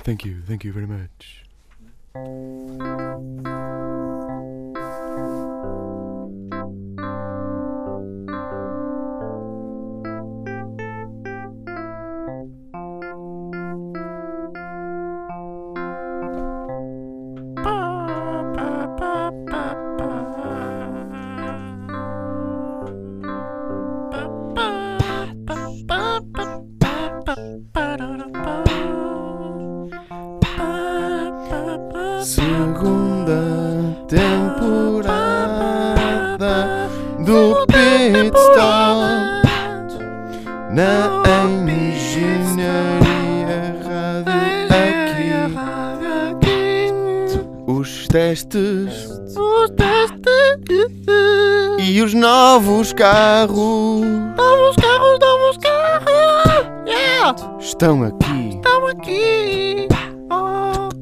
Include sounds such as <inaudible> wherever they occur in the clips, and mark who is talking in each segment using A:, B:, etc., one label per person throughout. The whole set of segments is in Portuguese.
A: Thank you, thank you very much. Segunda temporada do Pit Stop na Engenharia Rádio aqui. Os testes e os novos carros. Novos carros, novos carros. Estão aqui. Estão aqui.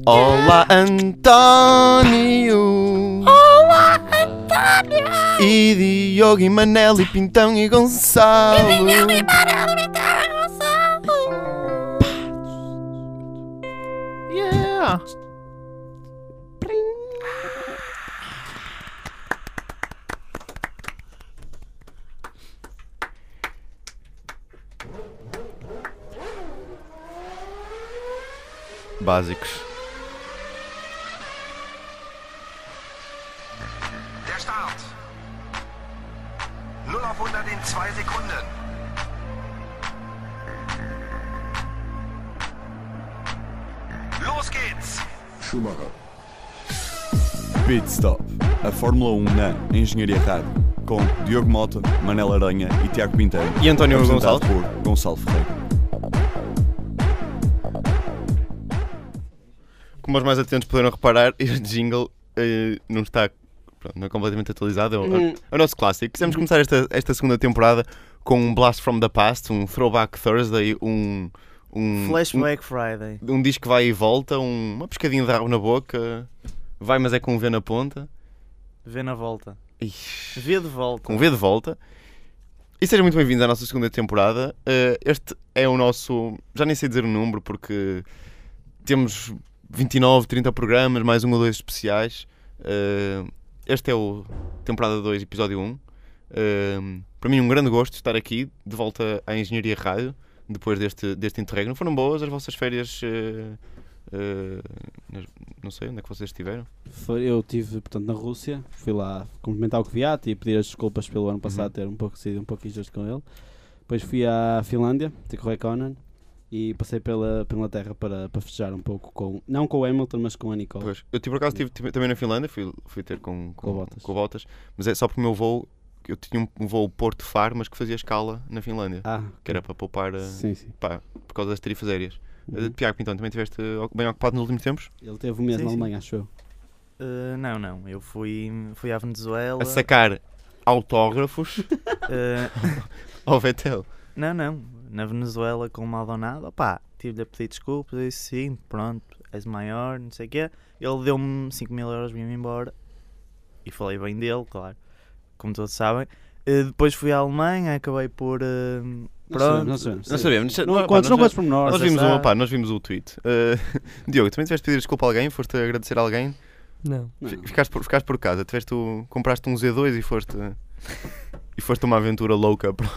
A: Olá, António. Olá, António. E Diogo e Manel e Pintão e Gonçalo.
B: Yeah!
A: Básicos.
C: Der Start. 0 auf 100 in 2 Sekunden. Los geht's.
D: Pit Stop, a Fórmula 1 na Engenharia Rádio, com Diogo Mota, Manel Aranha e Tiago Pinteiro.
A: E António
D: Apresentado por Gonçalo Ferreira.
A: Como os mais atentos puderam reparar, <laughs> este jingle eh, não está pronto, não é completamente atualizado. É o, é o nosso clássico. Quisemos começar esta, esta segunda temporada com um Blast from the Past, um Throwback Thursday, um. um
B: Flashback Friday.
A: Um, um disco que vai e volta, um- uma pescadinha de rabo na boca. Vai, mas é com um V na ponta.
B: Vê na volta.
A: Ixi,
B: Vê de volta.
A: com um V de volta. E sejam muito bem-vindos à nossa segunda temporada. Eh, este é o nosso. Já nem sei dizer o número, porque temos 29, 30 programas, mais um ou dois especiais. Eh, este é o temporada 2, episódio 1. Eh, para mim, um grande gosto estar aqui, de volta à Engenharia Rádio, depois deste, deste interregno. Foram boas as vossas férias? eh, eh, nas- não sei onde é que vocês estiveram.
E: Foi- Eu estive, portanto, na Rússia, fui lá cumprimentar o Kvyat e pedir as desculpas pelo ano passado ter um pouco sido um pouco injusto com ele. Depois fui à Finlândia, Tikhoe Conan, e passei pela pela Inglaterra para, para festejar um pouco com, não com o Hamilton, mas com a Nicole.
A: Pois. Eu tive, por acaso tive, tive também na Finlândia, fui, fui ter com, com,
E: Com o Bottas.
A: com o Bottas, mas é só porque o meu voo, eu tinha um, um voo Porto Faro, mas que fazia escala na Finlândia,
E: Ah,
A: que era para poupar eh,
E: sim, sim.
A: pá, por causa das tarifas aéreas. Eh,
E: Uhum.
A: Tiago, então também estiveste eh, bem ocupado nos últimos tempos?
E: Ele teve um mês
B: Sim,
E: na
B: sim.
E: Alemanha, acho eu.
B: Uh, não, não. Eu fui, fui à Venezuela.
A: A sacar
E: <laughs>
A: autógrafos
B: uh,
A: ao Vettel.
B: não, não. Na Venezuela com o Maldonado. Opá, tive-lhe a pedir desculpas. Eu disse sim, pronto, és maior, não sei o quê. Ele deu-me 5 mil euros, vim-me embora. E falei bem dele, claro. Como todos sabem. Uh, depois fui à Alemanha, acabei por. uh,
E: Não
B: Pronto.
E: sabemos, não sabemos. é-
A: Não sabemos.
E: Não,
A: pá,
E: quantos, não
A: nós,
E: quantos pormenores.
A: nós vimos,
B: já
A: uma,
B: sabe.
A: pá, nós vimos o tweet. Eh, <laughs> Diogo, também tiveste pedir desculpa a alguém? Foste agradecer a alguém?
F: Não.
E: Não,
A: Fi- Ficaste por, ficaste por casa, tiveste o- compraste um Z2 e foste. E foste uma aventura louca para.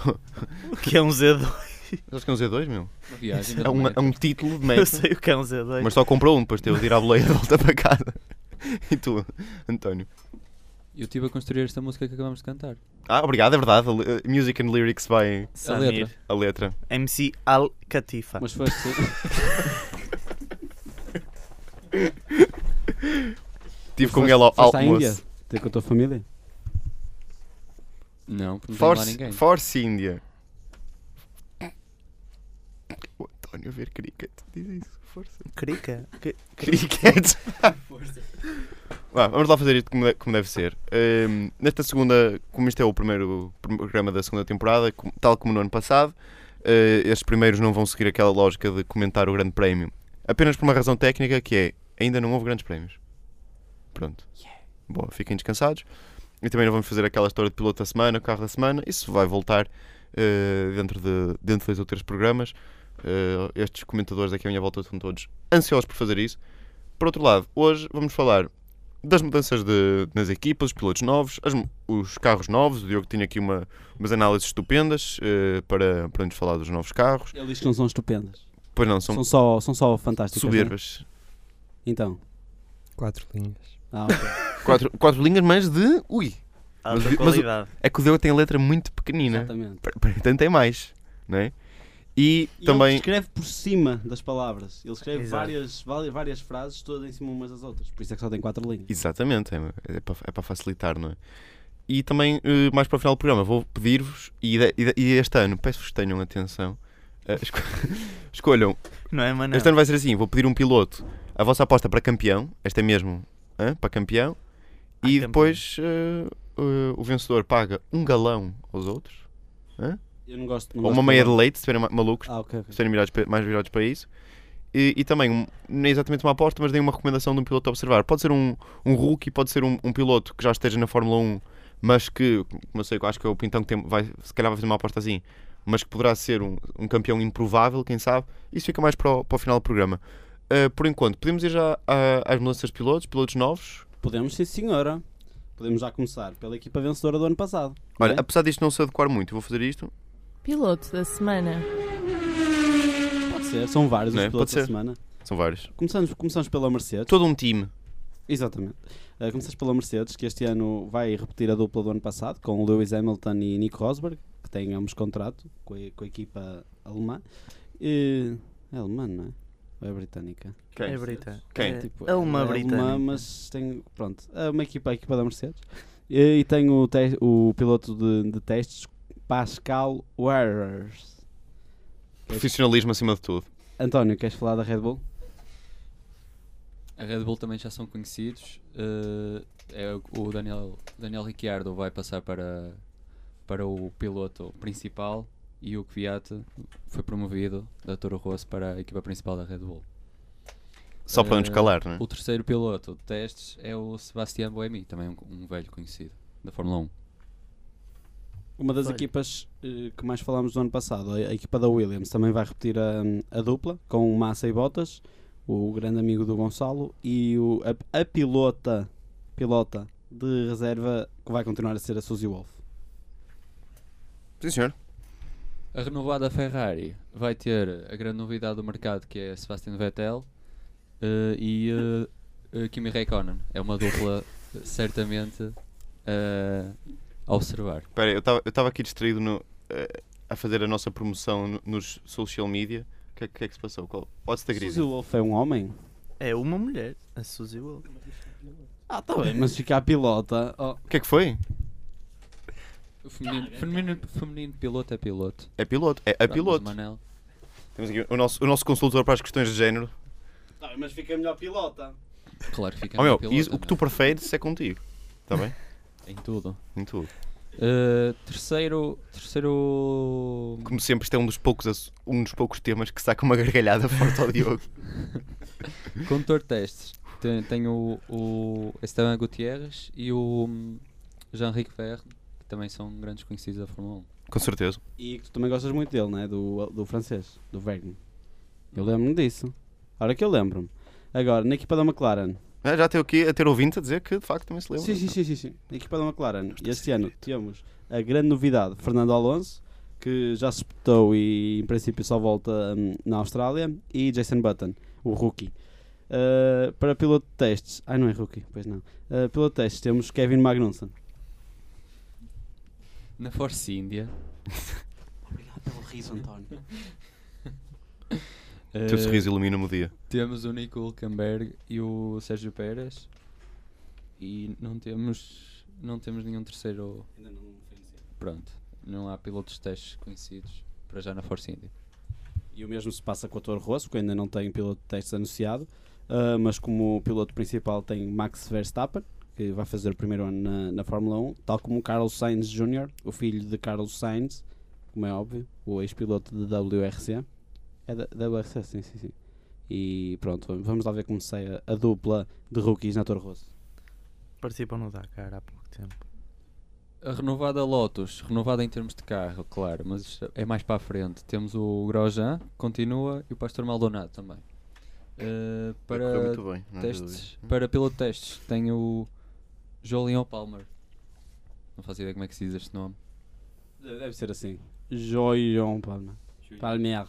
B: que é um Z2.
A: Sabes que é um Z2, meu?
F: Viagem
A: É um, é um título de
B: <laughs> Eu
A: Mac.
B: sei o que é um Z2.
A: Mas só comprou um, depois teve de ir à boleia de volta para casa. <laughs> E tu, António?
F: Eu estive a construir esta música que acabamos de cantar.
A: Ah, obrigado, é verdade. a li- a Music and Lyrics by
F: A
B: Samir.
F: letra.
A: a letra.
B: MC Al Catifa.
E: Mas assim. foste.
A: Estive com
E: foste-
A: ela ao
E: foste à Índia?
A: almoço.
E: Ter com a tua família?
F: Não, porque não tem lá
A: Force,
F: ninguém.
A: Force India. O António a ver cricket. Diz isso, força.
B: Crica. Que-
A: Cricket. Vá, vamos lá fazer isto como de- como deve ser. Ahm, nesta segunda, como este é o primeiro programa da segunda temporada, com- tal como no ano passado, eh, estes primeiros não vão seguir aquela lógica de comentar o grande prémio. Apenas por uma razão técnica que é ainda não houve grandes prémios. Pronto. Boa, fiquem descansados. E também não vamos fazer aquela história de piloto da semana, carro da semana. Isso vai voltar eh, dentro de dentro de dois ou três programas. Eh, estes comentadores aqui à minha volta estão todos ansiosos por fazer isso. Por outro lado, hoje vamos falar das mudanças de, nas equipas, os pilotos novos, as mu- os carros novos. O Diogo tinha aqui uma, umas análises estupendas eh, para, para nos falar dos novos carros.
E: Ele diz que não são estupendas.
A: Pois não, são,
E: São, só, são só fantásticas. não é?
A: soberbas.
E: Então.
F: Quatro linhas.
E: Ah, ok.
A: né? Quatro, quatro linhas, mas de. Ui!
B: Alta
A: Mas- mas o-
B: qualidade.
A: É que o Diogo tem a letra muito pequenina.
E: Exatamente.
A: Portanto, tem mais. Não é? E,
E: E Ele
A: também.
E: escreve por cima das palavras. Ele escreve
B: Exato.
E: várias, vali- várias frases todas em cima umas das outras. Por isso é que só tem quatro linhas.
A: Exatamente, é, para, facilitar, não é? E também, eh, mais para o final do programa, vou pedir-vos, e, de- e de- e este ano, peço-vos que tenham atenção, eh, <laughs> esco- escolham.
B: Não é, mano?
A: Este ano vai ser assim: vou pedir um piloto, a vossa aposta para campeão, esta é mesmo, hã? para campeão,
B: Ah,
A: e
B: campeão.
A: depois eh, eh, o vencedor paga um galão aos outros,
E: Eu não gosto. Não
A: ou
E: gosto
A: uma meia de
E: palavra.
A: leite, se estiverem ma- malucos.
E: Ah, ok. ok.
A: se serem virados pa- mais virados para isso. E, e também, um- não é exatamente uma aposta, mas dei uma recomendação de um piloto a observar. Pode ser um, um rookie, pode ser um, um piloto que já esteja na Fórmula 1, mas que, não sei, acho que é o Pintão que tem, vai, se calhar vai fazer uma aposta assim, mas que poderá ser um, um campeão improvável, quem sabe. Isso fica mais para o, para o final do programa. Ah, por enquanto, podemos ir já ah, às mudanças de pilotos, pilotos novos.
E: Podemos, sim, senhora. Podemos já começar pela equipa vencedora do ano passado.
A: Olha,
E: Ok.
A: apesar disto não se adequar muito, eu vou fazer isto.
G: Piloto da semana.
E: Pode ser. São vários
A: Não
E: os
A: é? Pode
E: pilotos da
A: ser.
E: semana.
A: São vários.
E: Começamos, começamos pela Mercedes.
A: Todo um time.
E: Exatamente. Uh, começamos pela Mercedes, que este ano vai repetir a dupla do ano passado, com Lewis Hamilton e Nico Rosberg, que têm ambos contrato com a, com a equipa alemã. E- é alemã, não é? Ou é britânica?
B: É Brita.
A: Quem?
B: É,
E: Tipo,
B: é uma
E: é
B: britânica.
E: mas tem, pronto, é uma equipa, a equipa da Mercedes. E, e tem o, te- o piloto de, de testes, Pascal Wehrers.
A: Profissionalismo acima de tudo.
E: António, queres falar da Red Bull?
F: A Red Bull também já são conhecidos. eh, é o- o Daniel, Daniel Ricciardo vai passar para, para o piloto principal e o Kvyat foi promovido da Toro Rosso para a equipa principal da Red Bull.
A: Só para nos
F: Eh,
A: calar, não é?
F: O terceiro piloto de testes é o Sebastian Buemi, também um, um velho conhecido da Fórmula 1.
E: Uma das
B: Olha.
E: equipas eh, que mais falámos do ano passado, a, a equipa da Williams, também vai repetir a, a dupla com o Massa e Bottas, o grande amigo do Gonçalo, e o, a, a pilota, pilota de reserva que vai continuar a ser a Suzy Wolf.
A: Sim, senhor.
F: A renovada Ferrari vai ter a grande novidade do mercado que é Sebastian Vettel eh, e eh, eh, Kimi Räikkönen. É uma dupla eh, certamente eh, a observar.
A: Espera, aí, eu estava aqui distraído no, eh, a fazer a nossa promoção no- nos social media. O que, é- que é que se passou? Qual? What's the
E: Suzy
A: grid?
E: Wolf é um homem?
B: é uma mulher, a Suzy Wolf.
E: Ah, tá bem, mas ficar pilota. oh,
A: O que é que foi?
F: O feminino, feminino- feminino piloto é piloto.
A: É piloto. É a
F: Pronto,
A: piloto.
F: Manel.
A: Temos aqui o nosso, o nosso consultor para as questões de género.
E: tá bem, mas fica melhor pilota.
F: Claro que fica
A: oh, meu,
F: piloto,
A: isso- o que tu preferes é contigo. Está bem?
F: Em tudo.
A: Em tudo.
F: Eh, terceiro. Terceiro.
A: Como sempre, isto é um dos poucos, ass- um dos poucos temas que saca uma gargalhada <laughs> forte ao Diogo.
F: Condutor de testes. Tem, tem o, o Esteban Gutierrez e o hum, Jean-Ric Verne, que também são grandes conhecidos da Fórmula 1.
A: Com certeza.
E: E que tu também gostas muito dele, né? Do, do francês, do Vergne. Eu lembro-me disso. Ora que eu lembro-me. Agora, na equipa da McLaren,
A: Ah, Já teve aqui a ter ouvinte a dizer que de facto também se lembra.
E: Sim, sim, sim, sim, sim. A equipa da McLaren. Este ano temos a grande novidade, Fernando Alonso, que já se espetou e em princípio só volta hum, na Austrália, e Jason Button, o rookie. Uh, para piloto de testes, ai não é rookie, pois não. Uh, piloto de testes temos Kevin Magnussen.
F: Na Force India.
E: Obrigado pelo riso, António.
A: O
F: eh,
A: teu sorriso ilumina-me o dia.
F: Temos o Nico Hulkenberg e o Sérgio Pérez. E não temos. Não temos nenhum terceiro. Pronto. Não há pilotos de testes conhecidos para já na Force India.
E: E o mesmo se passa com a Toro Rosso, que ainda não tem piloto de testes anunciado, ah, mas como piloto principal tem Max Verstappen, que vai fazer o primeiro ano na, na Fórmula 1, tal como o Carlos Sainz Jr., o filho de Carlos Sainz, como é óbvio, o ex-piloto de WRC. É da da WRC, sim, sim, sim. E pronto, vamos- vamos lá ver como sai a, a dupla de rookies na Toro Rosso.
B: Participam no Dakar há pouco tempo.
F: A renovada Lotus, renovada em termos de carro, claro, mas isto é mais para a frente. Temos o Grosjean, continua, e o Pastor Maldonado também. Eh,
A: Vai correr
F: para
A: muito bem, não há
F: testes,
A: dúvida. Hum.
F: para piloto de testes, tem o Jolion Palmer. Não faço ideia como é que se diz este nome.
E: Deve ser assim. Joyon Palmer. Palmer.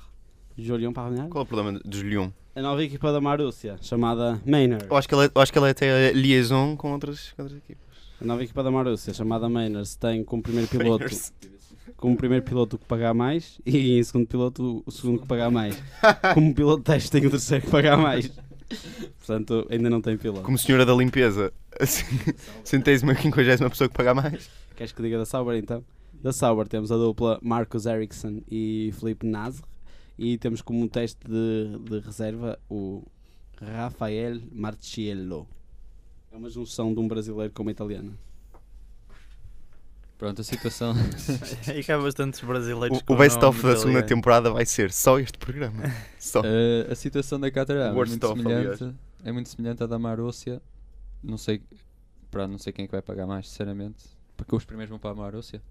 E: Joyon Palmer.
A: Qual é o problema de Julião?
E: A nova equipa da Marúcia, chamada Maynard.
A: Eu acho que ela, eu acho que ela é até liaison com outras, com outras equipes.
E: A nova equipa da Marúcia, chamada Mainers, tem como primeiro piloto,
A: Fingers.
E: como primeiro piloto o que pagar mais e em segundo piloto o segundo que pagar mais. Como piloto de teste tem o terceiro que pagar mais. Portanto, ainda não tem piloto.
A: Como senhora da limpeza, assim, <laughs> centésima, quinquagésima pessoa que paga mais.
E: Queres que diga da Sauber então? Da Sauber temos a dupla Marcus Ericsson e Felipe Nasr e temos como teste de, de reserva o Rafael Marchiello. É uma junção de um brasileiro com uma italiana.
F: Pronto,
A: <laughs>
F: a situação.
B: <laughs> e cá há bastantes brasileiros
A: O,
B: com
A: o best-of
B: nome
A: da segunda
B: italiano.
A: temporada vai ser só este <laughs> programa. Só.
F: Eh, a situação da Catarata é
A: Worst
F: muito
A: of,
F: semelhante. É muito semelhante à da Marúcia. Não sei, pá, não sei quem é que vai pagar mais, sinceramente. Porque os primeiros vão para a Marúcia.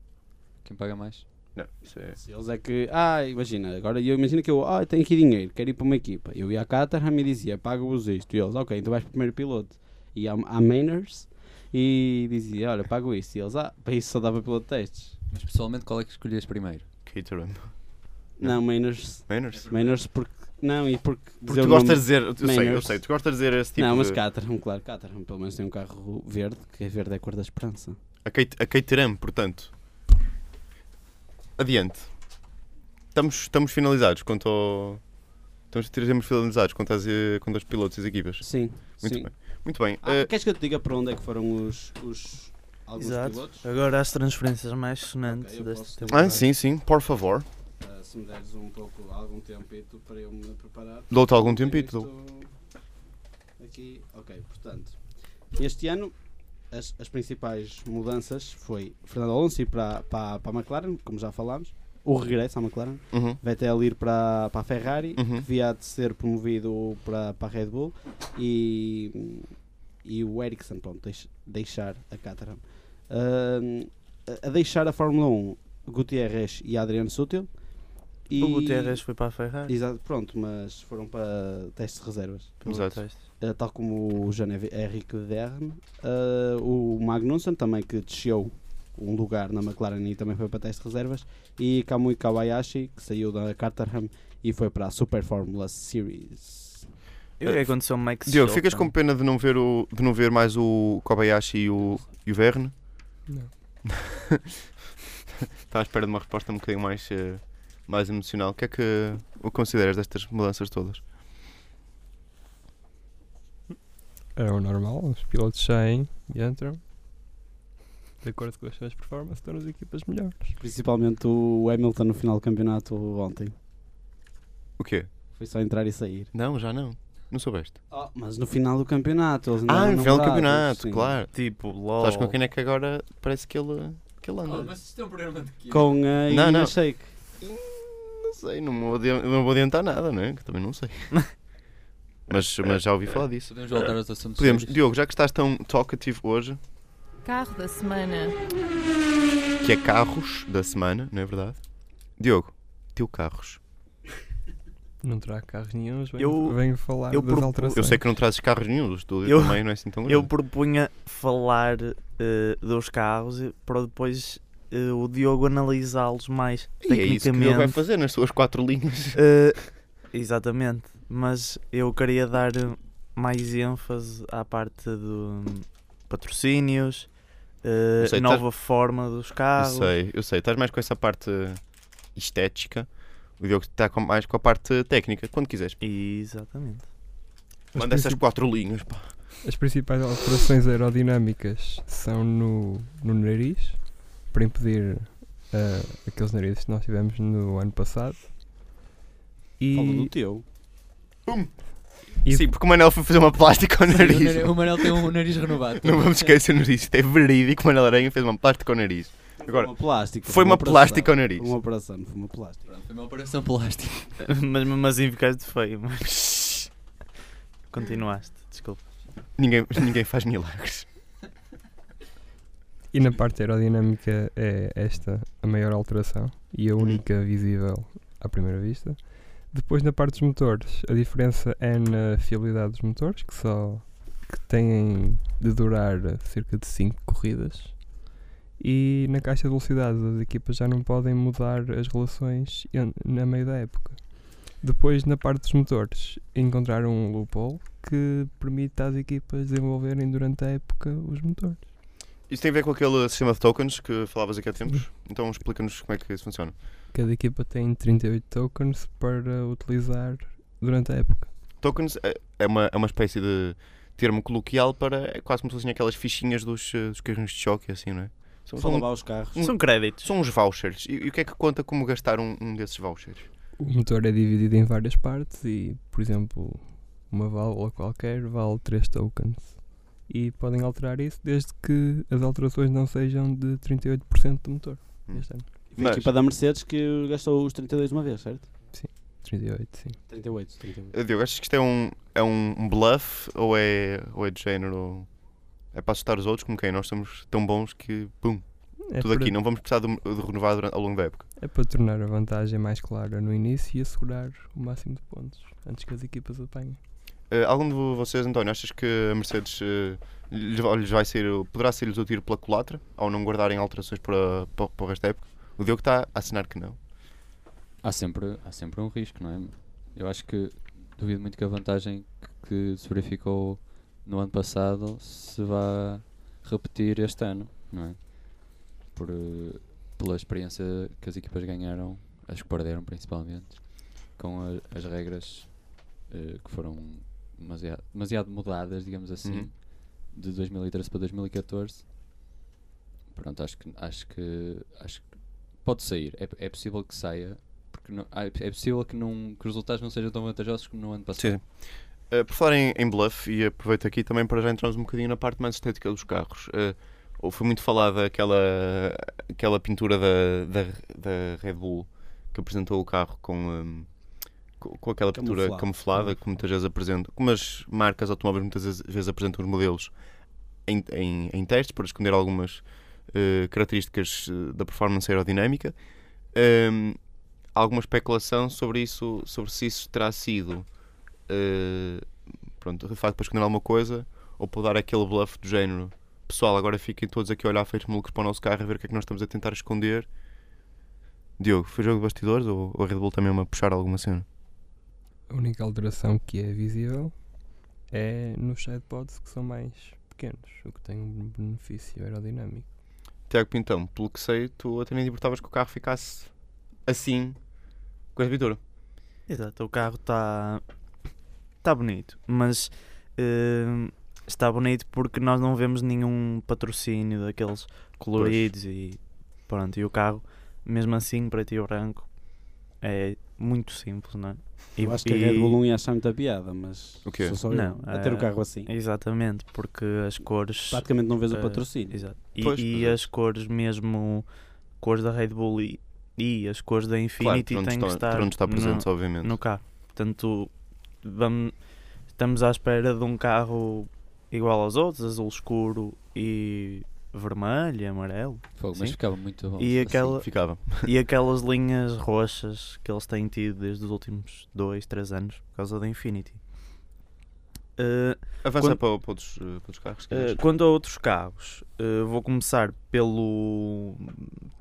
F: Quem paga mais?
A: Não, isso é-
E: Se Eles é que, ah, imagina, agora eu imagino que eu, ah, eu tenho aqui dinheiro, quero ir para uma equipa. Eu ia à Caterham e dizia, paga-vos isto. E eles, ok, então vais para o primeiro piloto. E à, à Mainers e dizia, olha, pago isto. E eles, ah, para isso só dava piloto de testes.
F: Mas pessoalmente, qual é que escolhias primeiro?
A: Caterham.
E: Não, Mainers,
A: Manners?
E: Mainers porque, não, e porque.
A: Porque
E: dizer
A: tu
E: o
A: gostas
E: nome-
A: de dizer, eu sei, eu
E: Manners.
A: sei, tu gostas de dizer esse tipo
E: não, mas
A: de...
E: Caterham, claro, Caterham pelo menos tem um carro verde, que é verde é a cor da esperança.
A: A Kate- a Caterham, portanto. Adiante. Estamos, estamos finalizados quanto ao... Estamos, estamos finalizados quanto, às, eh, quanto aos pilotos e as equipas.
E: Sim,
A: Muito
E: sim.
A: bem. Muito bem.
E: Ah,
A: eh,
E: queres que eu te diga para onde é que foram os, os alguns
B: Exato.
E: pilotos?
B: Agora as transferências mais sonantes
E: Ok, eu
B: desta
E: posso-
B: temporada.
A: ah, sim, sim, por favor.
E: Ah, se me deres um pouco, algum tempito para eu me preparar.
A: Dou-te algum
E: Tenho
A: Um tempito. dou.
E: isto Aqui, ok, portanto. Este ano, as, as principais mudanças foi Fernando Alonso ir para, para, para a McLaren, como já falámos. O regresso à McLaren.
A: Uhum.
E: Vettel ir para, para a Ferrari,
A: Uhum.
E: que via de ser promovido para, para a Red Bull. E, e o Ericsson, pronto, deix- deixar a Caterham. Ahm, a- a deixar a Fórmula 1, Gutierrez e Adriano Sutil. E,
B: O Guterres foi para a Ferrari.
E: Exato, pronto, mas foram para testes de reservas.
B: pelo
A: Exato.
B: texto.
E: Eh, tal como o Geneve Henrique Verne, eh, o Magnussen também que desceu um lugar na McLaren e também foi para teste de reservas, e Kamui Kawayashi que saiu da Caterham e foi para a Super Fórmula Series.
B: E o é que aconteceu ao Max
A: É. Diogo,
B: Schultz,
A: ficas com
B: não?
A: pena de não ver, o, de não ver mais o Kobayashi e o, e o Verne?
G: Não.
A: <laughs> Estava à espera de uma resposta um bocadinho mais, eh, mais emocional. O que é que o consideras destas mudanças todas?
H: É o normal, os pilotos saem e entram. De acordo com as suas performances, estão nas equipas melhores.
E: Principalmente o Hamilton no final do campeonato ontem.
A: O quê?
E: Foi só entrar e sair.
A: Não, já não. Não soubeste?
E: Oh, mas no final do campeonato, eles
A: ah,
E: andaram
A: no final do
E: namorados,
A: campeonato,
E: sim.
A: claro.
B: Tipo, LOL.
A: Sabes com quem é que agora parece que ele, que ele
G: Oh,
A: anda?
F: mas isto é um programa de quê?
E: Com a
A: Não,
E: Irina
A: não.
E: Shake.
A: Hum, Não sei, não vou, adian- não vou adiantar nada, não é? Que também não
B: <laughs>
A: sei. mas, mas já ouvi falar disso.
F: Podemos voltar aos assuntos
A: Podemos,
F: sérios?
A: Diogo, já que estás tão talkative hoje,
G: Carro da semana.
A: que é carros da semana, não é verdade? Diogo, teu carros.
H: Não terá carros nenhum, venho,
B: Eu-
H: venho falar
B: eu
H: das
B: propo-
H: alterações.
A: Eu sei que não trazes carros nenhum, o estúdio
B: Eu-
A: também não é assim tão grande.
B: Eu propunha falar eh, dos carros eh, para depois eh, o Diogo analisá-los mais
A: E é isso que ele vai
B: tecnicamente.
A: fazer nas suas quatro linhas.
B: Eh, exatamente, mas eu queria dar eh, mais ênfase à parte do hum, patrocínios, eh,
A: Eu sei,
B: nova forma dos
A: Eu
B: carros.
A: sei, eu sei. Estás mais com essa parte estética. O Diogo está com- mais com a parte técnica, quando quiseres.
B: E, exatamente. <laughs>
H: As
A: Manda essas
H: princip-
A: quatro linhas, pá.
H: As principais alterações aerodinâmicas são no, no nariz, para impedir ah, aqueles narizes que nós tivemos no ano passado.
E: Fala do
H: E,
E: teu.
H: e
A: Sim, porque o Manel foi fazer uma plástica ao
F: O
A: nariz.
F: Manel- O Manel tem um nariz renovado.
A: Não vamos esquecer o nariz. Isto é verídico. O Manel Aranha fez uma plástica ao nariz. Agora,
E: Foi uma plástica.
A: Foi uma
F: tá
E: operação.
A: plástica ao nariz.
E: Foi uma operação, não foi uma plástica.
F: Pronto, foi uma operação plástica.
B: mas mesmo assim ficaste
A: <laughs>
B: feio. Mas... Continuaste, desculpa.
A: Ninguém, ninguém faz milagres.
H: E na parte aerodinâmica é esta a maior alteração e a
E: Uhum.
H: única visível à primeira vista. Depois na parte dos motores, a diferença é na fiabilidade dos motores, que só que têm de durar cerca de 5 corridas. E na caixa de velocidades as equipas já não podem mudar as relações en- na meio da época. Depois na parte dos motores, encontraram um loophole que permite às equipas desenvolverem durante a época os motores.
A: Isso tem a ver com aquele sistema de tokens que falavas aqui há tempos? Então explica-nos como é que isso funciona.
H: Cada equipa tem 38 tokens para utilizar durante a época.
A: Tokens é- é uma, é uma espécie de termo coloquial para. É quase como se fossem aquelas fichinhas dos, eh, dos carrinhos de choque, assim, não é? São,
E: Só
A: são,
E: lavar os carros.
A: Hum.
B: São créditos.
A: são uns vouchers. E, e o que é que conta como gastar um, um desses vouchers?
H: O motor é dividido em várias partes e, por exemplo, uma válvula qualquer vale 3 tokens. E podem alterar isso desde que as alterações não sejam de 38% do motor.
A: Hum.
H: Este ano.
E: Foi a
A: Mas-
E: equipa da Mercedes que gastou os 32 de uma vez, certo?
H: 38, sim.
E: 38, 38.
A: Eh, Diogo, achas que isto é um, é um bluff ou é, ou é de género. É para assustar os outros como quem? Nós somos tão bons que, pum,
H: É
A: tudo
H: para,
A: aqui. Não vamos precisar de, um, de renovar durante- ao longo da época.
H: É para tornar a vantagem mais clara no início e assegurar o máximo de pontos antes que as equipas apanhem.
A: Eh, algum de vo- vocês, António, achas que a Mercedes eh, lhes va- lhes vai ser, poderá ser-lhes o tiro pela culatra ao não guardarem alterações para, para, para o resto da época? O Diogo está a assinar que não.
F: Há sempre, há sempre um risco, não é? Eu acho que duvido muito que a vantagem que se verificou no ano passado se vá repetir este ano, não é? Por, eh, pela experiência que as equipas ganharam, as que perderam principalmente, com a- as regras eh, que foram demasiado, demasiado mudadas, digamos assim,
A: Uhum.
F: de 2013 para 2014. Pronto, acho que, acho que, acho que pode sair, é, é possível que saia. Porque não- ah, é possível que, não, que os resultados não sejam tão vantajosos como no ano passado.
A: Eh, por falar em, em bluff, e aproveito aqui também para já entrarmos um bocadinho na parte mais estética dos carros. Eh, ou foi muito falada aquela, aquela pintura da, da, da Red Bull que apresentou o carro com, ehm, co- com aquela pintura
E: Camuflado.
A: camuflada que muitas vezes apresentam, como as marcas de automóveis muitas vezes- vezes apresentam os modelos em, em, em testes para esconder algumas eh, características eh, da performance aerodinâmica. Ehm, há alguma especulação sobre isso, sobre se isso terá sido eh, pronto, de facto para esconder alguma coisa ou para dar aquele bluff do género. Pessoal, agora fiquem todos aqui a olhar feitos malucos para o nosso carro a ver o que é que nós estamos a tentar esconder. Diogo, foi jogo de bastidores ou, ou a Red Bull também a puxar alguma cena?
H: A única alteração que é visível é nos sidepods que são mais pequenos, o que tem um benefício aerodinâmico.
A: Tiago Pintão, pelo que sei, tu até nem te importavas que o carro ficasse assim com a pintura.
B: Um Exato, o carro está tá bonito, mas hum, está bonito porque nós não vemos nenhum patrocínio daqueles coloridos e pronto, e o carro, mesmo assim, preto e branco, é muito simples, não é? E-
E: Eu acho que a
B: e-
E: Red
A: um-
E: Bull não ia achar muita piada, mas
A: O quê?
E: sou só eu
B: Não,
E: a ter o
B: eh,
E: carro assim.
B: Exatamente, porque as cores.
E: Praticamente não vês o
B: eh,
E: patrocínio.
B: Exato. E,
A: Tá. Pois,
B: e
A: pois é.
B: as cores mesmo, cores da Red Bull e, e as cores da
A: Claro,
B: Infinity
A: para onde
B: têm que
A: está,
B: estar
A: para onde está
B: no-
A: presentes, obviamente.
B: no carro. Portanto, vamos, estamos à espera de um carro igual aos outros, azul escuro e vermelho, e amarelo.
F: Fogo, mas
B: Sim.
F: ficava muito bom.
B: E
F: assim. <laughs>
B: aquela-
A: Ficava.
B: E aquelas linhas roxas que eles têm tido desde os últimos 2, 3 anos, por causa da Infinity. Eh,
A: Avança
B: Quando-
A: para, para, outros, eh, para outros carros. se
B: eh,
F: é
A: quiseres.
B: quanto a outros carros, eh, vou começar pelo,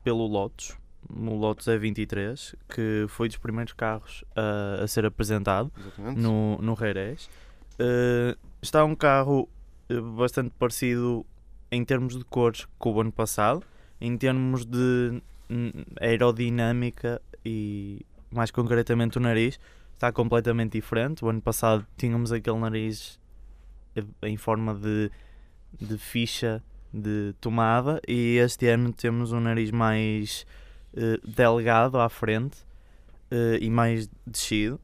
B: pelo Lotus. O Lotus E23, que foi dos primeiros carros a- a ser apresentado.
A: Exatamente.
B: no, no Reirés. Eh, está um carro eh, bastante parecido em termos de cores com o ano passado, em termos de hum, aerodinâmica e mais concretamente o nariz, está completamente diferente. O ano passado tínhamos aquele nariz eh, em forma de, de ficha de tomada e este ano temos um nariz mais eh, delgado à frente eh, e mais descido.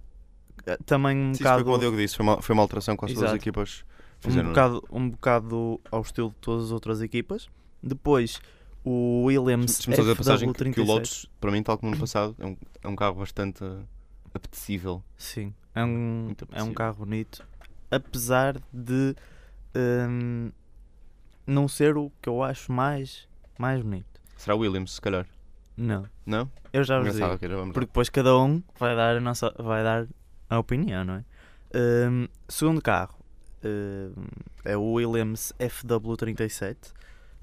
B: Eh, Também um
A: Sim, isso foi
B: bocado
A: como o Diogo disse, foi uma, foi uma alteração que as duas
B: Exato.
A: equipas
B: um
A: fizeram. é?
B: bocado, um bocado ao estilo de todas as outras equipas. Depois, o Williams
A: Deixa-me só dizer a passagem que, que o
B: FW37.
A: Lotus, para mim, tal como no passado, é um, é um carro bastante eh, apetecível.
B: Sim, é um,
A: Muito
B: é um
A: apetecível.
B: carro bonito. Apesar de hum, não ser o que eu acho mais mais bonito.
A: Será Williams, se calhar.
B: Não,
A: Não?
B: eu já vos digo.
A: Engraçado, ok, já vamos lá.
B: Porque depois cada um vai dar a, nossa, vai dar a opinião, não é? Hum, segundo carro hum, é o Williams FW37.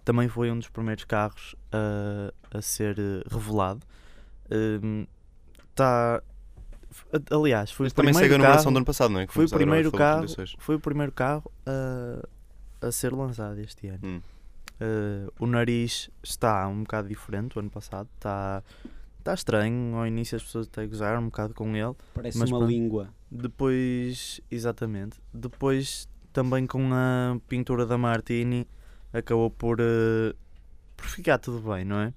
B: Também foi um dos primeiros carros ah, a ser eh, revelado. Hum, tá, f- aliás, foi
A: Mas
B: o
A: também segue
B: primeiro
A: a numeração
B: carro-
A: do ano passado, não é? Que
B: foi o
A: fomos adorar
B: primeiro
A: Fórmula
B: carro
A: 36.
B: foi o primeiro carro a, a ser lançado este ano.
A: Hum.
B: Eh, o nariz está um bocado diferente do ano passado, está, está estranho. Ao início as pessoas até gozaram um bocado com ele.
E: Parece
B: Mas
E: uma
B: pronto.
E: língua.
B: Depois, exatamente, depois também com a pintura da Martini acabou por, eh, por ficar tudo bem, não é?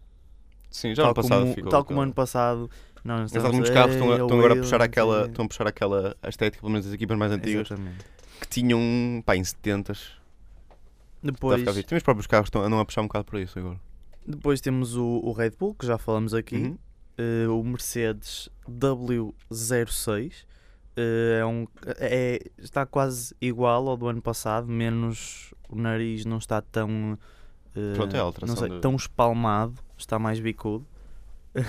A: Sim, já no
B: Tal
A: passado
B: como,
A: ficou.
B: Tal como
A: aquela-
B: ano passado. Não,
A: Mas
B: nós estamos,
A: alguns carros
B: "Ei,
A: estão,
B: é assim. o
A: estão agora a
B: Williams",
A: puxar
B: não sei o
A: aquela,
B: quê.
A: estão a puxar aquela estética, pelo menos as equipas mais antigas,
B: Exatamente.
A: que tinham um, pá, em 70
B: Depois,
A: Temos próprios carros que estão, andam a puxar um bocado para isso agora.
B: depois temos o, o Red Bull, que já falamos aqui.
A: Uhum.
B: eh, o Mercedes W06 eh, é um, é, está quase igual ao do ano passado, menos o nariz não está tão eh,
A: Pronto, é a alteração
B: não sei,
A: do-
B: tão espalmado, está mais bicudo. <laughs>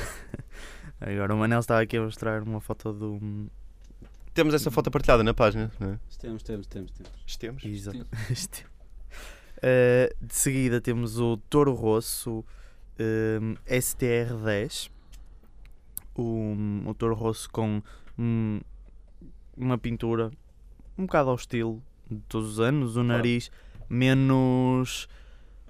B: Agora o Manel estava aqui a mostrar uma foto um do.
A: Temos essa foto partilhada na página, não é?
E: Temos, temos, temos, temos.
A: Temos.
B: Isa- <laughs> Este- Eh, de seguida temos o Toro Rosso ehm, STR10. O, o Toro Rosso com hum, uma pintura um bocado ao estilo de todos os anos. O nariz menos.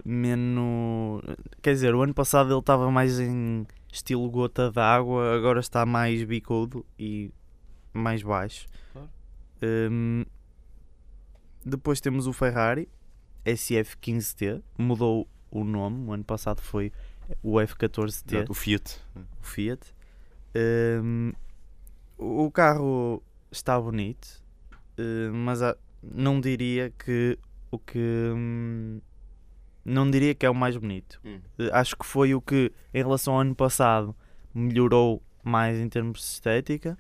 B: menos. Quer dizer, o ano passado ele estava mais em estilo gota d'água, agora está mais bicudo e mais baixo. Ehm, depois temos o Ferrari SF15T, mudou o nome, o ano passado foi o F14T,
A: O Fiat.
B: o Fiat. Hum, o carro está bonito, hum, mas há- não diria que o que. hum, não diria que é o mais bonito.
A: Hum.
B: Eh, Acho que foi o que, em relação ao ano passado, melhorou mais em termos de estética.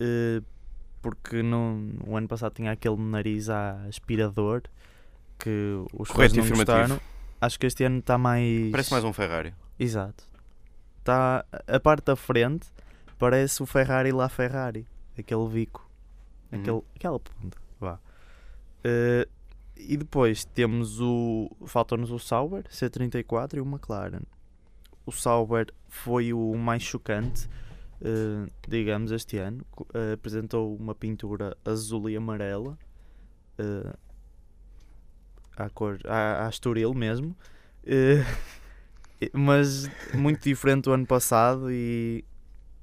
B: eh, porque no, o ano passado tinha aquele nariz a aspirador que os fãs
A: Correto e
B: não
A: afirmativo.
B: gostaram. Acho que este ano está mais.
A: Parece mais um Ferrari.
B: Exato. Tá, a parte da frente parece o Ferrari lá Ferrari. Aquele bico.
A: Uhum.
B: Aquele, Aquela ponta. Vá. Eh, e depois temos o. Faltam-nos o Sauber, C34 e o McLaren. O Sauber foi o mais chocante, eh, digamos, este ano. Co- eh, apresentou uma pintura azul e amarela. eh, à cor. à, à Estoril mesmo. Eh, mas muito diferente do ano passado e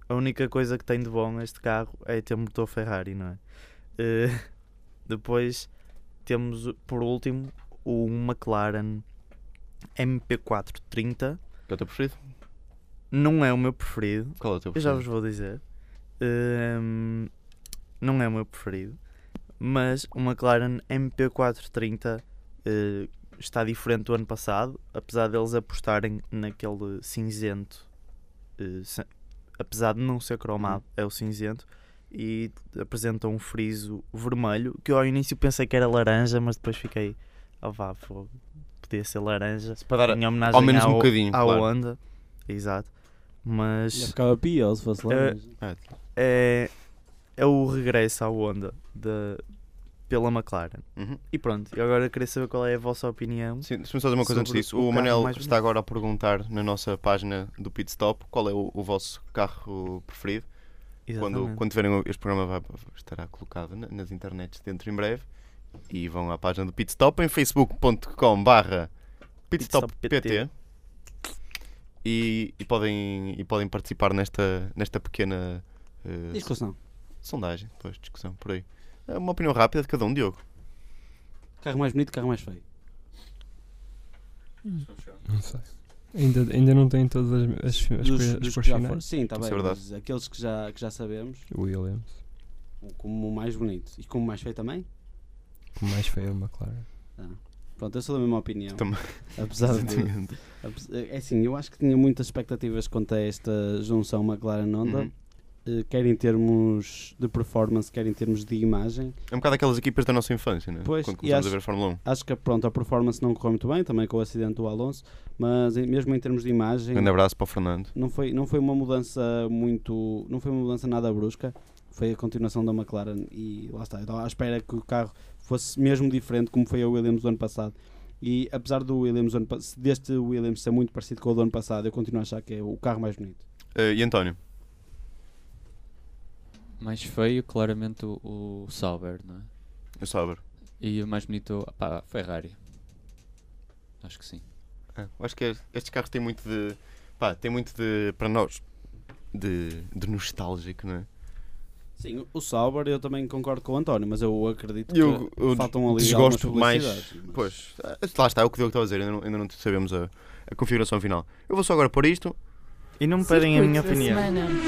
B: a única coisa que tem de bom este carro é ter motor Ferrari, não é? Eh, <laughs> depois temos por último o McLaren MP430.
A: Que é o teu preferido?
B: Não é o meu preferido,
A: Qual é o teu
B: eu já
A: preferido?
B: vos vou dizer. Ehm, não é o meu preferido, mas o McLaren MP430 eh, está diferente do ano passado, apesar deles apostarem naquele cinzento, eh, se- apesar de não ser cromado,
A: Uhum.
B: é o cinzento. E apresentam um friso vermelho que eu ao início pensei que era laranja, mas depois fiquei, oh vá, fogo, podia ser laranja
A: Para dar
B: em homenagem
A: ao menos um
B: ao-
A: bocadinho,
B: à
A: claro.
B: Honda, exato.
E: Já
B: Mas
E: ficava pior se fosse lá.
B: Eh,
E: mas-
B: é, é o regresso à Honda da pela McLaren.
A: Uhum.
B: E pronto, eu agora queria saber qual é a vossa opinião.
A: Sim, deixa-me só dizer uma coisa antes
B: Sobre
A: disso.
B: o
A: O,
B: carro
A: Manel
B: mais
A: está
B: bonito.
A: agora a perguntar na nossa página do Pit Stop qual é o, o vosso carro preferido. Quando,
B: Exatamente.
A: quando tiverem o- este programa vai, estará colocado na- nas internets dentro em breve. E vão à página do Pit Stop em facebook.com barra pitstoppt e, e, podem, e podem participar nesta, nesta pequena eh,
E: Discussão.
A: sondagem, depois discussão por aí. É uma opinião rápida de cada um, Diogo.
E: Carro mais bonito, carro mais feio.
H: Não sei. Ainda, ainda não tenho todas as, as, as
E: Dos-
H: coisas as
E: dos
H: cores
E: que já
H: finais.
E: foram- Sim, está
A: Isso
E: bem.
A: é verdade.
E: mas Aqueles que já, que já sabemos,
H: Williams,
E: como o mais bonito e como o mais feio também.
H: o mais feio é o McLaren.
E: Pronto, eu sou da mesma opinião.
A: <laughs> Também.
E: Apesar de. apes- É assim, eu acho que tinha muitas expectativas quanto a esta junção McLaren-Honda.
A: Uhum.
E: eh, quer em termos de performance, quer em termos de imagem.
A: É um bocado aquelas equipas da nossa infância, né?
E: Pois,
A: Quando
E: e
A: começámos a
E: acho-
A: ver Fórmula 1.
E: Acho que pronto, a performance não correu muito bem, também com o acidente do Alonso, mas em- mesmo em termos de imagem,
A: Grande abraço para o Fernando.
E: não foi, não foi uma mudança muito. não foi uma mudança nada brusca. Foi a continuação da McLaren e lá está. Eu estava à espera que o carro fosse mesmo diferente como foi a Williams do ano passado. E apesar do Williams do ano, pa- deste Williams ser muito parecido com o do ano passado, eu continuo a achar que é o carro mais bonito.
A: Eh, e António?
F: Mais feio, claramente, o, o Sauber, não é?
A: Eu Sauber.
F: E o mais bonito, pá, a Ferrari. Acho que sim.
A: Ah, eu acho que este- estes carros têm muito de. pá, têm muito de. para nós. de, de nostálgico, não é?
E: Sim, o- o Sauber eu também concordo com o António, mas eu acredito que
A: Eu- eu
E: faltam ali
A: desgosto
E: algumas
A: mais-
E: publicidades, mas-
A: Pois, ah, lá está, é o que Diogo estava a dizer, ainda não, ainda não sabemos a, a configuração final. Eu vou só agora pôr isto.
B: E não me pedem a minha
G: Circuito da
B: opinião.
G: semana.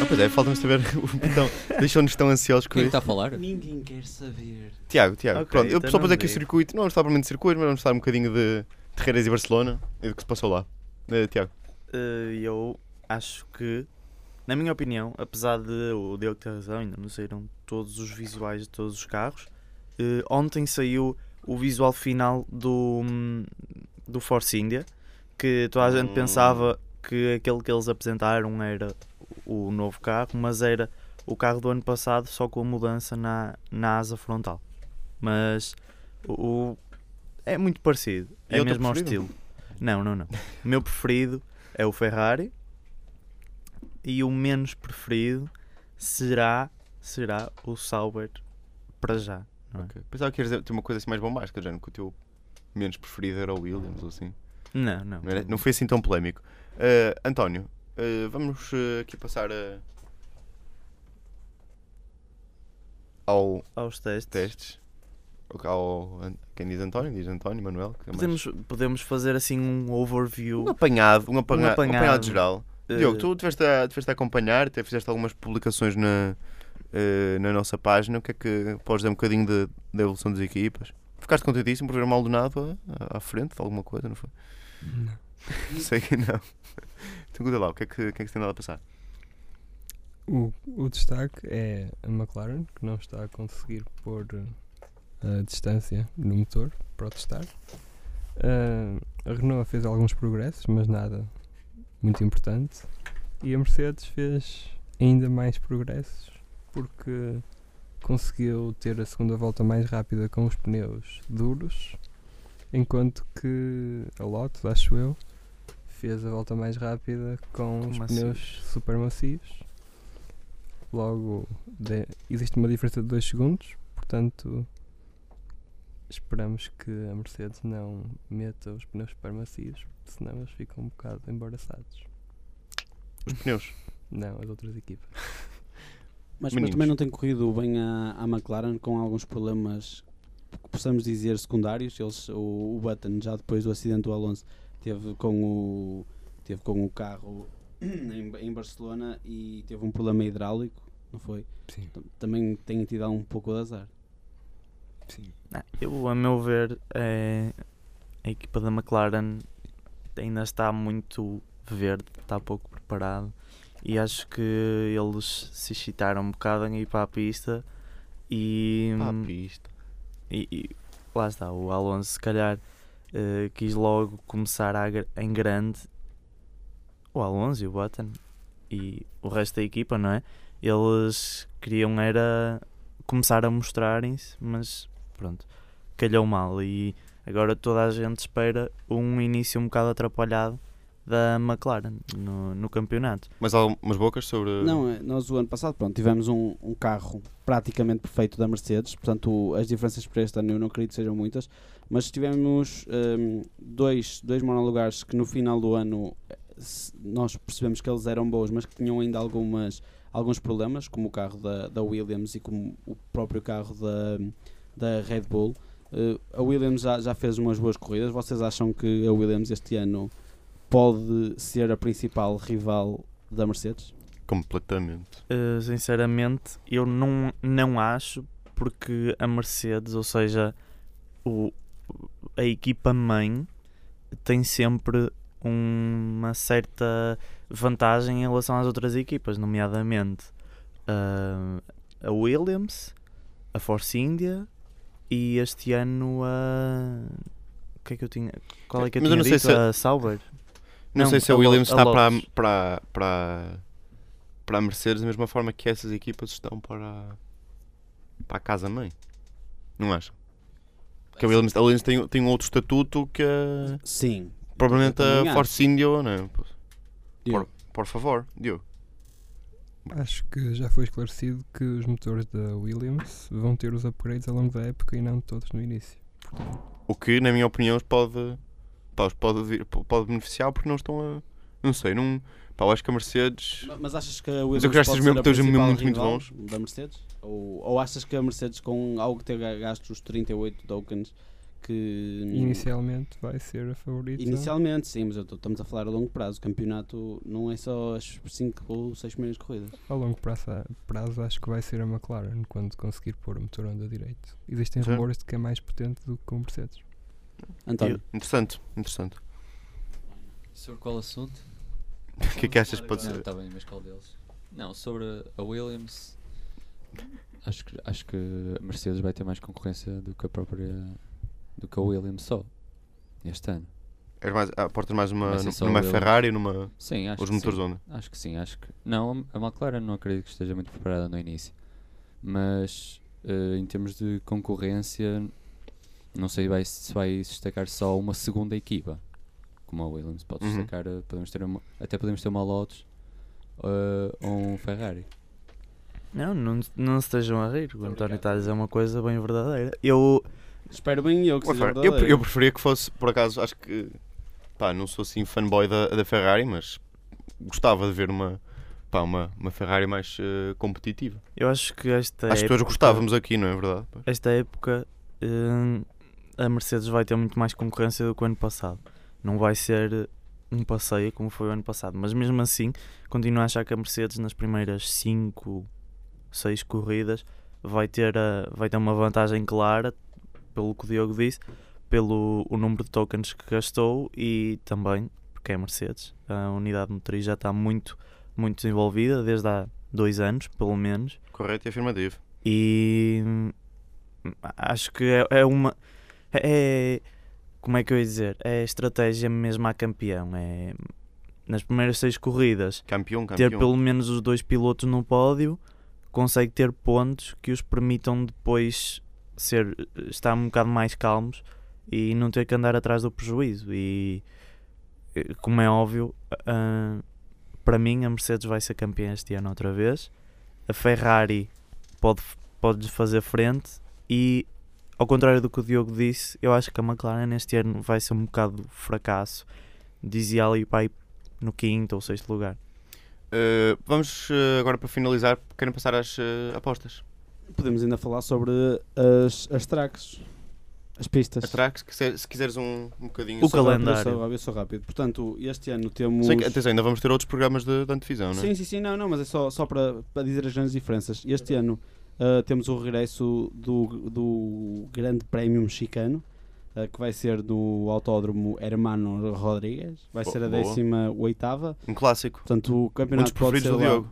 A: Ah, pois é, falta-me saber <laughs> o botão. Deixou-nos tão ansiosos com
F: Quem
A: isso.
F: está a falar?
E: Ninguém quer saber.
A: Tiago, Tiago,
B: Ok,
A: pronto, eu
B: então
A: só para
B: não
A: dizer que o
B: digo.
A: circuito, não vamos estar propriamente de circuito, mas vamos estar um bocadinho de Terreiras e Barcelona e do que se passou lá. Eh, Tiago,
B: Eh, eu acho que, na minha opinião, apesar de o Diogo ter razão, ainda não saíram todos os visuais de todos os carros. eh, ontem saiu o visual final do, hum, do Force India, que toda a gente
A: Hum.
B: pensava que aquele que eles apresentaram era o novo carro, mas era o carro do ano passado, só com a mudança na, na asa frontal. Mas o, o- é muito parecido,
A: É
B: é,
A: o teu
B: mesmo ao
A: preferido?
B: estilo. Não, não, não. O meu preferido é o Ferrari e o menos preferido será, será o Sauber para já. não é?
A: pensava que ias dizer- ter uma coisa assim mais bombástica, já que o teu menos preferido era o Williams ou assim.
B: Não, não.
A: Não, era- não foi assim tão polémico. Eh, António, eh, vamos eh, aqui passar a- ao
B: Aos testes.
A: testes. Ao- Ao, An- quem diz António? Diz António, Manuel. que é mais-
B: Podemos, podemos fazer assim um overview.
A: Um apanhado, um apanha- um apanhado,
B: Um apanhado.
A: geral.
B: eh,
A: Diogo, tu tiveste a, tiveste a acompanhar, até fizeste algumas publicações na, eh, na nossa página. O que é que podes dar um bocadinho de- da evolução das equipas? Ficaste contentíssimo por ver o Maldonado eh, à- à frente de alguma coisa, não foi?
H: Não.
A: <laughs> Sei que não. <laughs> Então conta lá, o que é que, o que, é que se tem dado a passar?
H: O, o destaque é a McLaren, que não está a conseguir pôr eh, a distância no motor para o testar. Ah, a Renault fez alguns progressos, mas nada muito importante. E a Mercedes fez ainda mais progressos porque conseguiu ter a segunda volta mais rápida com os pneus duros, enquanto que a Lotus, acho eu, fez a volta mais rápida com,
B: Com
H: os
B: macios.
H: pneus super macios. Logo, de- existe uma diferença de 2 segundos, portanto, esperamos que a Mercedes não meta os pneus super macios, senão eles ficam um bocado embaraçados.
A: Os pneus.
H: Não, as outras equipas.
E: Mas, mas
A: Meninos.
E: também não tem corrido bem a, a McLaren com alguns problemas que possamos dizer secundários. Eles, o, o Button, já depois do acidente do Alonso, teve com o, teve com o carro <clears throat> em, Ba- em Barcelona e teve um problema hidráulico, não foi?
H: Sim.
E: Tam- Também tem tido um pouco de azar.
B: não, Eh, eu, a meu ver, é, a equipa da McLaren ainda está muito verde, está pouco preparado. E acho que eles se excitaram um bocado em ir para a pista. E,
A: Ah, Pá, pista.
B: E, e lá está, o Alonso se calhar eh, quis logo começar a gr- em grande o Alonso e o Button e o resto da equipa, não é? Eles queriam era começar a mostrarem-se, mas pronto, calhou mal e agora toda a gente espera um início um bocado atrapalhado da McLaren no, no campeonato.
A: Mas há umas bocas sobre.
E: Não, é, nós o ano passado pronto, tivemos um, um carro praticamente perfeito da Mercedes, portanto o- as diferenças para este ano eu não acredito que sejam muitas, mas tivemos hum, dois, dois monolugares que no final do ano eh, se- nós percebemos que eles eram bons, mas que tinham ainda algumas, alguns problemas, como o carro da, da Williams e como o próprio carro da, da Red Bull. Eh, a Williams já, já fez umas boas corridas, vocês acham que a Williams este ano pode ser a principal rival da Mercedes?
A: Completamente.
B: Eh, sinceramente, eu não, não acho, porque a Mercedes, ou seja, o, a equipa mãe, tem sempre um- uma certa vantagem em relação às outras equipas, nomeadamente ah, a Williams, a Force India e este ano a. O que é que eu tinha? Qual é que eu
A: Mas eu
B: tinha
A: não sei
B: dito?
A: se a-
B: A Sauber?
A: Não, sei se a
B: Lo-
A: Williams está para,
B: Lotus.
A: para, para, para a Mercedes da mesma forma que essas equipas estão para, para a casa-mãe. Não acham? Porque a Williams, a Williams tem, tem um outro estatuto que a-
E: Sim.
A: provavelmente
E: também
A: a
E: acho.
A: Force Indio, não é?
E: Diogo.
A: Por favor, Diogo.
H: Acho que já foi esclarecido que os motores da Williams vão ter os upgrades ao longo da época e não todos no início.
A: O que, na minha opinião, os pode, pá, os pode, vir- pode beneficiar porque não estão a. Não sei, não. Pá, eu acho que a Mercedes.
E: Ma- Mas achas que a Williams
A: eu gosto
E: pode
A: mesmo
E: ser a
A: que estejam mesmo
E: principal
A: muito, muito
E: rival
A: bons.
E: Da Mercedes? Ou, ou achas que a Mercedes, com algo ter ga- gasto os 38 tokens, que
H: Inicialmente vai ser a favorita.
E: Inicialmente, sim, mas eu tô- estamos a falar a longo prazo. O campeonato não é só as 5 ou 6 primeiras corridas.
H: Ao longo prazo, prazo acho que vai ser a McLaren quando conseguir pôr o motor onda direito. Existem
A: Sim.
H: rumores de que é mais potente do que o Mercedes.
E: António,
A: Interessante, interessante.
F: Sobre qual assunto?
A: O que é que achas que pode
F: Não, tá
A: ser?
F: está bem, mas qual deles? Não, sobre a Williams, acho que, acho que a Mercedes vai ter mais concorrência do que a própria. do que a Williams só. Este ano.
A: Era mais, ah, portas mais uma,
F: Vai ser só a
A: numa
F: Williams.
A: Ferrari e numa.
F: Sim, acho
A: Os é?
F: que
A: motores
F: sim.
A: onda.
F: Acho que sim, acho que. Não, a McLaren não acredito que esteja muito preparada no início. Mas eh, em termos de concorrência, não sei vai- se vai destacar só uma segunda equipa. Como a Williams pode
A: Uhum.
F: destacar, eh, podemos ter uma- até podemos ter uma Lotus eh, ou um Ferrari.
B: Não, não, não se estejam a rir. O António está a dizer uma coisa bem verdadeira. Eu,
E: espero bem eu que seja
A: Ferrari. Eu,
E: verdadeiro.
A: eu preferia que fosse, por acaso, acho que. Pá, não sou assim fanboy da, da Ferrari, mas gostava de ver uma. Pá, uma, uma Ferrari mais eh, competitiva.
B: eu acho que
E: É,
B: esta.
A: Acho que todos
B: época-
A: gostávamos aqui, não é verdade?
B: esta época hum, a Mercedes vai ter muito mais concorrência do que o ano passado. Não vai ser um passeio como foi o ano passado, mas mesmo assim continuo a achar que a Mercedes nas primeiras 5, 6 corridas vai ter, a- vai ter uma vantagem clara, pelo que o Diogo disse, pelo o número de tokens que gastou e também porque é a Mercedes. A unidade motriz já está muito, muito desenvolvida desde há dois anos, pelo menos
A: Correto e afirmativo.
B: e hum, acho que é, é uma é como é que eu ia dizer é estratégia mesmo a campeão é nas primeiras seis corridas
A: Campeão,
B: ter
A: um campeão.
B: pelo menos os dois pilotos no pódio consegue ter pontos que os permitam depois ser estar um bocado mais calmos e não ter que andar atrás do prejuízo e eh, como é óbvio ah, para mim a Mercedes vai ser campeã este ano outra vez a Ferrari pode pode fazer frente e ao contrário do que o Diogo disse eu acho que a McLaren este ano vai ser um bocado fracasso dizia ali pai no quinto ou sexto lugar
A: Eh, vamos eh, agora para finalizar, querem passar às eh, apostas.
E: Podemos ainda falar sobre as, as tracks, as pistas.
A: Atrax, que se, se quiseres um, um bocadinho.
B: O
E: Eu sou rápido,
B: calendário.
E: Eu sou, rápido, eu sou rápido. Portanto, este ano temos.
A: Sei que, atenção, ainda vamos ter outros programas de, de antevisão, não é?
E: Sim, sim, sim, não, não, mas é só, só para, para dizer as grandes diferenças. Este ano ah, temos o regresso do, do Grande Prémio Mexicano, ah, que vai ser no Autódromo Hermano Rodrigues, vai
A: Bo-
E: ser a
A: boa.
E: 18.
A: Um clássico.
E: Portanto, o
A: Um dos
E: campeonato pode
A: preferidos
E: ser
A: do
E: lá-
A: Diogo.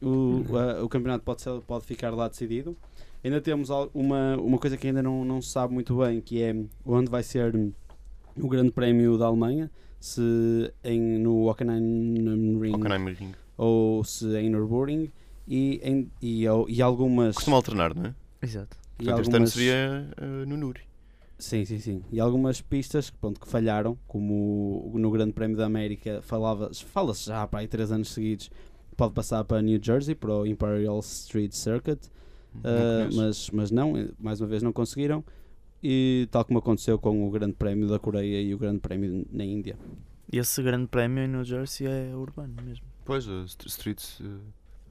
E: o, a- o campeonato pode, ser- pode ficar lá decidido. Ainda temos al- uma, uma coisa que ainda não, não se sabe muito bem, que é onde vai ser o Grande Prémio da Alemanha, se em, no Hockenheimring
A: Hockenheim Ring.
E: ou se em Nürburgring e, em, e, al- e algumas...
A: Costuma alternar, não é?
B: Exato.
E: e
A: Portanto, este ano
E: algumas-
A: seria eh, no Nuri.
E: Sim, sim, sim. E algumas pistas que, pronto, que falharam, como no Grande Prémio da América, falava- fala-se já para aí três anos seguidos, pode passar para New Jersey, para o Imperial Street Circuit, Uh,
A: conheço.
E: mas, mas não, eh, mais uma vez não conseguiram. E tal como aconteceu com o Grande Prémio da Coreia e o Grande Prémio na Índia.
B: E esse grande prémio em New Jersey é urbano mesmo.
A: Pois, eh, st- streets.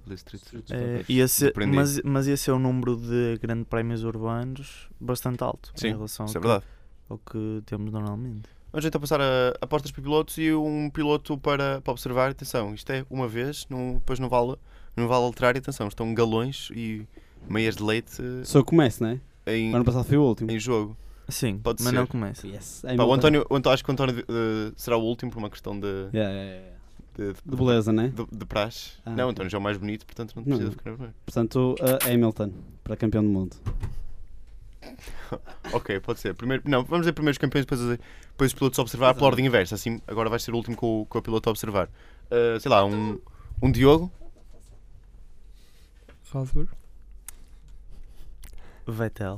A: eh, streets, streets.
B: É, ia ser,
A: Surpreendi.
B: mas, mas ia ser um número de grande prémios urbanos bastante alto
A: Sim,
B: em relação ao
A: Isso é
B: que,
A: verdade.
B: ao que temos normalmente.
A: Vamos então passar a apostas para pilotos e um piloto para, para observar. Atenção, isto é uma vez, não, depois não vale, não vale alterar. E atenção, estão galões e meias de leite eh,
E: Só começo, não é?
A: em,
E: O ano passado foi o último.
A: em jogo.
B: Sim,
A: Pode
B: mas
A: ser.
B: não começa.
E: Yes. é
A: Pá, o António, o António- acho que o António eh, será o último por uma questão de.
E: Yeah, yeah, yeah.
A: de,
E: De beleza, né?
A: de- de praxe.
E: Ah,
A: não,
E: ok.
A: António já é o mais bonito, portanto não
E: Não.
A: precisa ficar a vermelho.
E: Portanto, a Hamilton, para campeão do mundo.
A: Ok, pode ser. Primeiro, não, vamos dizer primeiro os campeões, depois, os- depois os pilotos a observar pela ordem inversa. Assim, agora vais ser o último com o, com o piloto a observar. Ah, sei lá, um, um Diogo,
H: Rosberg.
B: Vettel.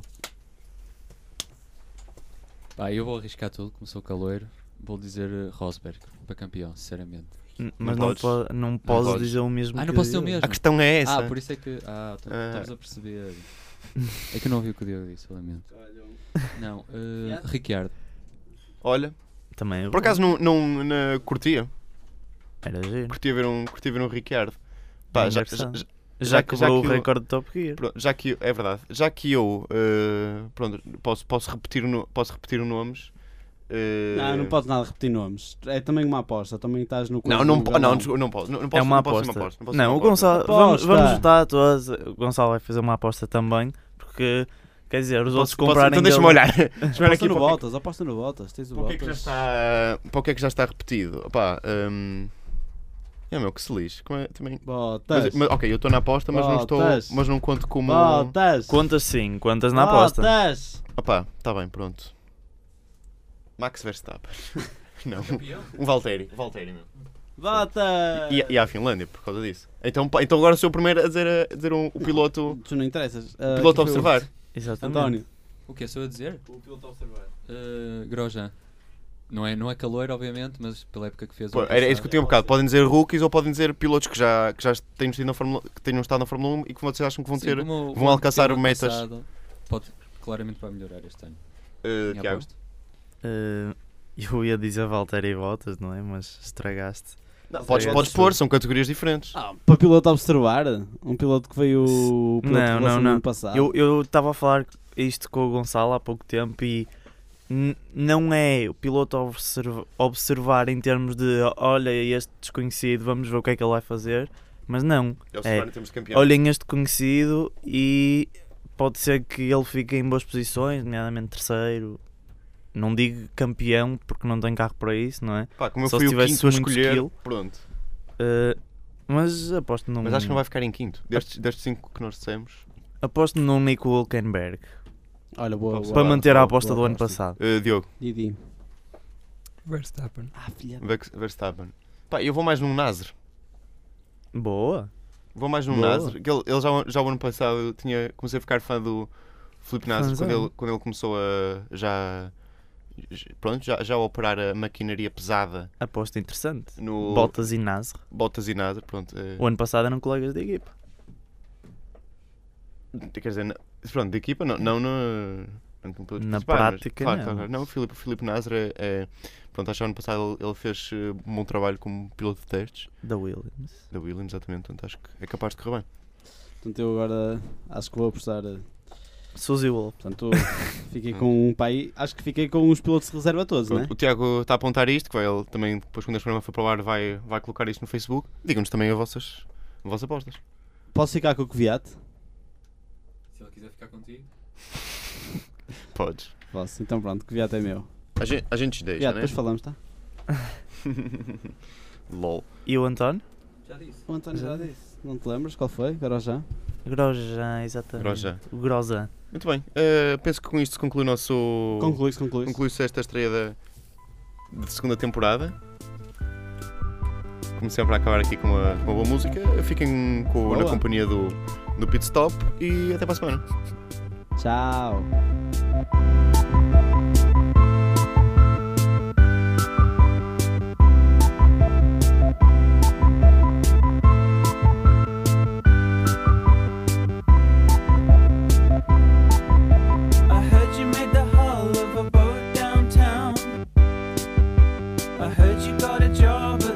F: Pá, eu vou arriscar tudo, como sou caloiro. Vou dizer eh, Rosberg para campeão, sinceramente.
B: N- Mas
A: Não
B: não,
A: podes.
B: po- não posso
A: podes.
B: dizer o mesmo
F: Ah,
B: que
F: não posso dizer o
B: dele.
A: a
F: mesmo?
A: questão é essa.
F: Ah, por isso é que. Ah, tu-
A: Ah.
F: estamos a perceber. É que eu não vi o que o Diogo disse, eu lamento. Não, eh, Ricciardo.
A: Olha,
B: Também é
A: por
B: bom.
A: acaso não, não na, curtia,
B: Era giro.
A: curtia ver um, curtia ver um Ricciardo. Pá,
B: Uma
A: já, já,
B: inversão.
A: já-
B: Já,
A: já que- já
B: quebrou
A: que
B: o
A: o-
B: recorde de Top Gear.
A: pronto, já que eu, é verdade, já que eu ah, pronto, posso, posso, repetir, o no- posso repetir os nomes. ah,
E: Não, não podes nada repetir nomes. É também uma aposta, também estás no
A: Não,
E: coisa
A: não,
E: do
A: po-
E: Galvão.
A: não, desculpa, não posso. Não, não posso
B: é uma
A: não posso ser
B: aposta.
A: aposta, posso ser
B: não,
A: uma
B: o
A: aposta.
B: Gonçalo.
E: Aposta.
B: Vamos, vamos votar todas. O Gonçalo vai fazer uma aposta também. Porque, quer dizer, os outros
A: Posso- posso-
B: comprarem.
A: Então deixa-me
B: dele- <laughs> um
A: olhar. Deixa-me olhar
E: Aposta
A: aqui
E: no
A: para o que-
E: Bottas, aposta no Bottas, tens o
A: Para o que é que já
E: Bottas.
A: está, para o que é que já está repetido? Opá, hum, é meu, que se lixe. Como é- também...
E: Bottas.
A: mas, hum, mas, ok, eu estou na aposta, mas não, estou,
E: Botas.
A: mas não conto como.
E: Bottas.
B: Contas sim, contas na aposta.
E: Bottas.
A: Opá, está bem, pronto. Max
E: <laughs>
A: Verstappen. não, um Valtteri. Valtteri, meu.
E: Bottas.
A: E, e à Finlândia, por causa disso. Então, pá, então agora sou o primeiro a dizer, a, a dizer um- o piloto,
E: Tu não interessas.
A: o
E: Ah,
A: piloto a
E: quem foi o
A: observar.
B: Exatamente.
E: António.
F: O que é? Sou eu a dizer?
E: O piloto a observar.
F: Eh, Grosjean. Não é, não é caloiro, obviamente, mas pela época que fez. o
A: Pô,
F: ano
A: era isso que eu
F: passado.
A: tinha um bocado. Podem dizer rookies ou podem dizer pilotos que já, que já tenham, sido na Fórmula, que tenham estado na Fórmula 1 e que vocês acham que vão
F: Sim,
A: ter.
F: como o-
A: vão
F: o ano
A: alcançar
F: que teve
A: metas.
F: passado, Pode, claramente vai melhorar este ano.
A: Eh,
F: Minha
A: Tiago.
F: aposta.
B: Eh, eu ia dizer Valtteri Bottas, não é? Mas estragaste.
A: Não, podes,
B: Obrigado,
A: podes
B: senhor.
A: pôr, são categorias diferentes.
E: Para piloto a observar? Um piloto que veio o piloto
B: Não,
E: que
B: não,
E: lançou no
B: não.
E: ano passado.
B: Eu eu estava a falar isto com o Gonçalo há pouco tempo e n- não é o piloto a observ- observar em termos de olha este desconhecido, vamos ver o que é que ele vai fazer, mas não.
A: Eu
B: É.
A: em termos de campeão.
B: Olhem este conhecido e pode ser que ele fique em boas posições, nomeadamente terceiro. Não digo campeão porque não tenho carro para isso, não é?
A: Pá, como eu
B: Só
A: fui
B: se
A: o
B: tivesse
A: quinto a
B: muito
A: escolher,
B: skill.
A: pronto.
B: Eh, mas aposto num,
A: Mas acho que não vai ficar em quinto. Destes, destes cinco que nós dissemos,
B: aposto num Nico Hulkenberg
E: Olha, boa, boa.
B: para manter a
E: boa,
B: aposta
E: boa
B: do ano
E: aposta.
B: passado.
A: eh, Diogo,
E: Didi.
H: Verstappen.
E: Ah, filha.
A: Vex- Verstappen. Pá, eu vou mais num Nasr.
B: Boa!
A: Vou mais num
B: Boa.
A: Nasr. que Ele, ele já, já o ano passado tinha, comecei a ficar fã do Felipe Nasr
B: Fãzão.
A: quando ele, quando ele começou a já. ah, j- Pronto, já, já a operar a maquinaria pesada
B: Aposta interessante.
A: no
B: Bottas e Nasr.
A: Bottas e Nasr. Pronto, eh,
B: O ano passado eram colegas da equipa.
A: quer dizer, na- pronto, de equipa, não, não no. não como pilotos
B: Na
A: principais, mas-
B: prática,
A: claro,
B: não.
A: claro, claro. Não, o Filipe, o Filipe Nasr é, é- Pronto, acho que ano passado ele, ele fez eh, um bom trabalho como piloto de testes.
B: Da Williams.
A: Da Williams, exatamente. Portanto, acho que é capaz de correr bem.
E: Portanto, eu agora acho que vou apostar. eh,
B: Suzy Wolf.
E: Portanto, fiquei com um pai. Acho que fiquei com os pilotos de reserva todos, né?
A: O Tiago está a apontar isto, que vai, ele também, depois quando este programa for para o ar, vai, vai colocar isto no Facebook. Digam-nos também as vossas, as vossas apostas.
E: Posso ficar com o Kvyat?
F: Se ele quiser ficar contigo.
A: Podes.
E: Posso. Então pronto, Kvyat é meu.
A: A gente, a gente deixa,
E: Kvyat,
A: né?
E: depois falamos, tá?
A: LOL.
B: E o António?
F: Já disse.
E: O António já disse. Não te lembras qual foi? Agora já.
B: Grosjean,
E: É.
B: exatamente.
A: Grosjean.
B: O Grosjean.
A: Muito bem. eh, penso que com isto se conclui o nosso.
E: Conclui-se, conclui-se.
A: Conclui-se esta estreia da de segunda temporada. Como sempre, a acabar aqui com uma, com uma boa música. Fiquem com, na
E: Boa.
A: companhia do, do Pit Stop e até para a semana.
E: Tchau.
I: I heard you made the hull of a boat downtown. I heard you got a job